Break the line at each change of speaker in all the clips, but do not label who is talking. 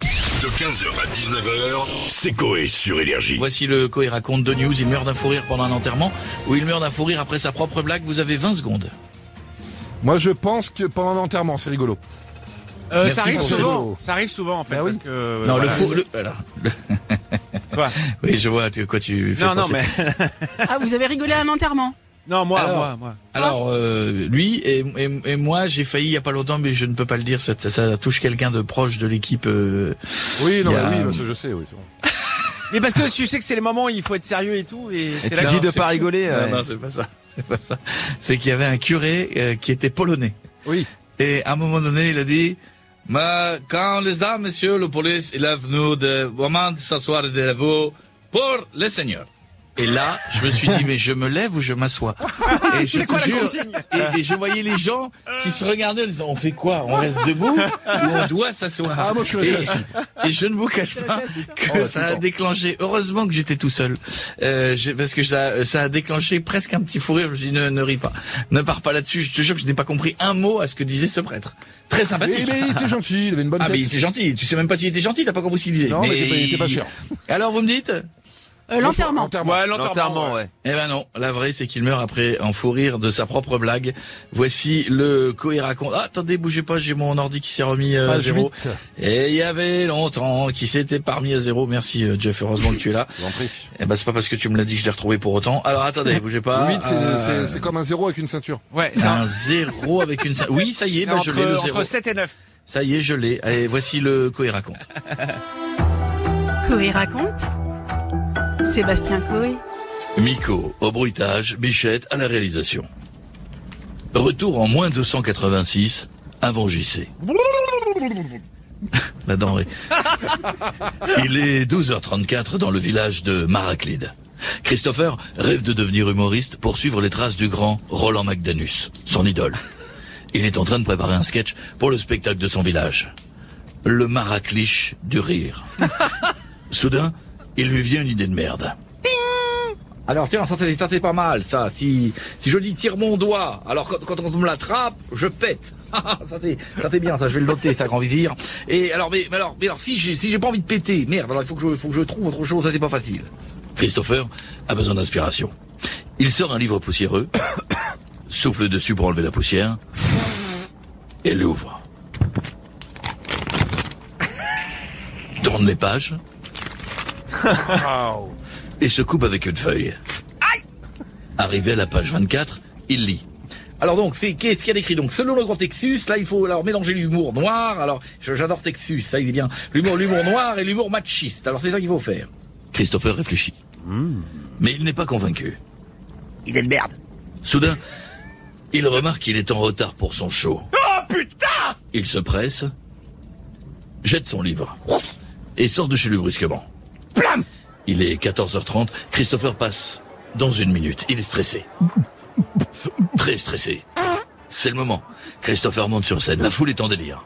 De 15h à 19h, c'est Coé sur Énergie.
Voici le Coé raconte de news. Il meurt d'un fou rire pendant un enterrement ou il meurt d'un fou rire après sa propre blague. Vous avez 20 secondes.
Moi, je pense que pendant l'enterrement, c'est rigolo.
Euh,
Merci
ça arrive
pour ce
souvent.
mot.
Ça arrive souvent en fait.
Bah oui.
parce que, euh,
non,
voilà.
le fou. Le, alors, le-
Quoi
oui, je vois tu- quoi tu fais.
Non, non,
penser.
mais
Ah, vous avez rigolé à un enterrement
non, moi,
Alors.
moi, moi.
Alors, euh, lui et, et- et moi, j'ai failli il y a pas longtemps, mais je ne peux pas le dire. Ça, ça- ça touche quelqu'un de proche de l'équipe. euh,
Oui, non,
Il y a-
mais oui, parce que je sais, oui. c'est bon.
Mais parce que tu sais que c'est les moments où il faut être sérieux et tout. Et, t'es là-
dis de
pas rigoler.
Non, non, c'est pas ça. C'est pas ça. C'est qu'il y avait un curé euh, qui était polonais.
Oui.
Et à un moment donné, il a dit, mais quand les a, monsieur le police, il est venu de vraiment de s'asseoir de vous pour le Seigneur. Et là, je me suis dit, mais je me lève ou je m'assois Et je
C'est quoi
te
la
jure,
consigne
et, et je voyais les gens qui se regardaient en disant, on fait quoi On reste debout ou on doit s'asseoir
Ah, moi, je suis
et,
resté assis.
et je ne vous cache pas que
Oh,
ça
tout
a
le temps.
déclenché, heureusement que j'étais tout seul, euh, j'ai- parce que ça, ça a déclenché presque un petit fou rire. Je me suis dit, ne, ne ris pas, ne pars pas là-dessus. Je te jure que je n'ai pas compris un mot à ce que disait ce prêtre. Très
Mais,
sympathique.
mais il était gentil, il avait une bonne
Ah mais il
tête.
était gentil, tu sais même pas s'il était gentil, t'as pas compris ce qu'il disait.
Non, mais il était pas- il était pas cher.
Alors vous me dites
Euh, L'enterrement.
Ouais,
L'enterrement,
ouais.
ouais.
Eh ben non, la vraie c'est qu'il meurt après en fou rire de sa propre blague. Voici le Coé raconte. Ah, attendez, bougez pas, j'ai mon ordi qui s'est remis euh, à
Page
zéro.
8.
Et il y avait longtemps qui s'était parmi à zéro. Merci euh, Jeff, heureusement que tu es là.
Je vous en prie.
Eh ben c'est pas parce que tu me l'as dit que je l'ai retrouvé pour autant. Alors attendez, bougez pas.
8, c'est-
Euh,
c'est c'est comme un zéro avec une ceinture.
Ouais.
c'est
ça-
un zéro avec une. cin- Oui, ça y est,
c'est
ben, je l'ai le
entre,
zéro.
entre 7 et 9.
Ça y est, je l'ai. Allez, voici le Coé raconte.
Coé raconte. Sébastien Coé.
Miko au bruitage, Bichette à la réalisation. Retour en moins 286 avant JC. la denrée. Il est 12h34 dans le village de Maraclide. Christopher rêve de devenir humoriste pour suivre les traces du grand Roland McDanus, son idole. Il est en train de préparer un sketch pour le spectacle de son village. Le Maracliche du rire. Soudain, il lui vient une idée de merde. Alors tiens, ça c'est ça, c'est pas mal, ça. Si, si je dis tire mon doigt, alors quand, quand on me l'attrape, je pète. Ah, ça c'est ça, c'est bien, ça je vais le noter, ça grand vizir. Et alors mais, mais alors mais alors si j'ai si j'ai pas envie de péter, merde, alors il faut que je faut que je trouve autre chose, ça c'est pas facile. Christopher a besoin d'inspiration. Il sort un livre poussiéreux, souffle dessus pour enlever la poussière et l'ouvre. Tourne les pages et se coupe avec une feuille. Arrivé à la page 24, il lit. Alors donc, c'est qu'est-ce qu'il y a décrit Donc, selon le grand Texus, là, il faut alors mélanger l'humour noir. Alors, je- j'adore Texus, ça, il est bien. L'humour, l'humour noir et l'humour machiste. Alors, c'est ça qu'il faut faire. Christopher réfléchit. Mais il n'est pas convaincu.
Hmm. Il est de merde.
Soudain, il remarque qu'il est en retard pour son show. Oh putain Il se presse, jette son livre et sort de chez lui brusquement. Il est 14h30, Christopher passe dans une minute. Il est stressé. Très stressé. C'est le moment. Christopher monte sur scène. La foule est en délire.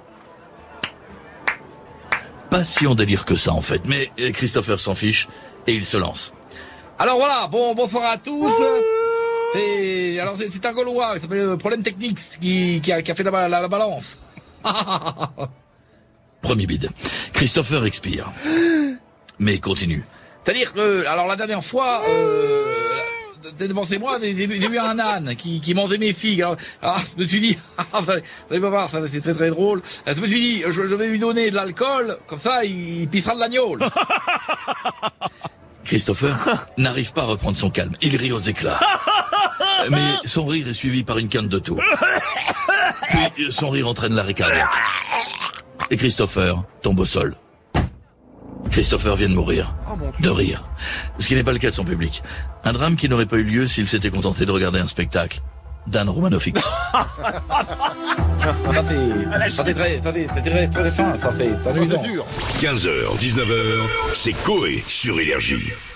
Pas si en délire que ça en fait, mais euh, Christopher s'en fiche et il se lance. Alors voilà, bon bonsoir à tous. C'est alors c'est, c'est un Gaulois qui s'appelle euh, Problème Technique qui, qui, a, qui a fait la, ba- la- la balance. Premier bide. Christopher expire, mais continue. C'est-à-dire que alors la dernière fois. Euh, c'est devant chez moi, j'ai j'ai vu j'ai vu un âne qui, qui mangeait mes figues. Alors, ah, je me suis dit, ah, vous allez vous allez voir, ça, c'est très très drôle. Je me suis dit, je, je vais lui donner de l'alcool, comme ça, il, il pissera de l'agneau. Christopher n'arrive pas à reprendre son calme. Il rit aux éclats. Mais son rire est suivi par une quinte de toux. Puis son rire entraîne l'arrêt cardiaque. Et Christopher tombe au sol. Christopher vient de mourir. De rire. Ce qui n'est pas le cas de son public. Un drame qui n'aurait pas eu lieu s'il s'était contenté de regarder un spectacle d'Anne Romanofix. ça fait très, ça fait très, très fin, ça fait,
C'est dur.
15h, 19h, c'est Coé sur Énergie.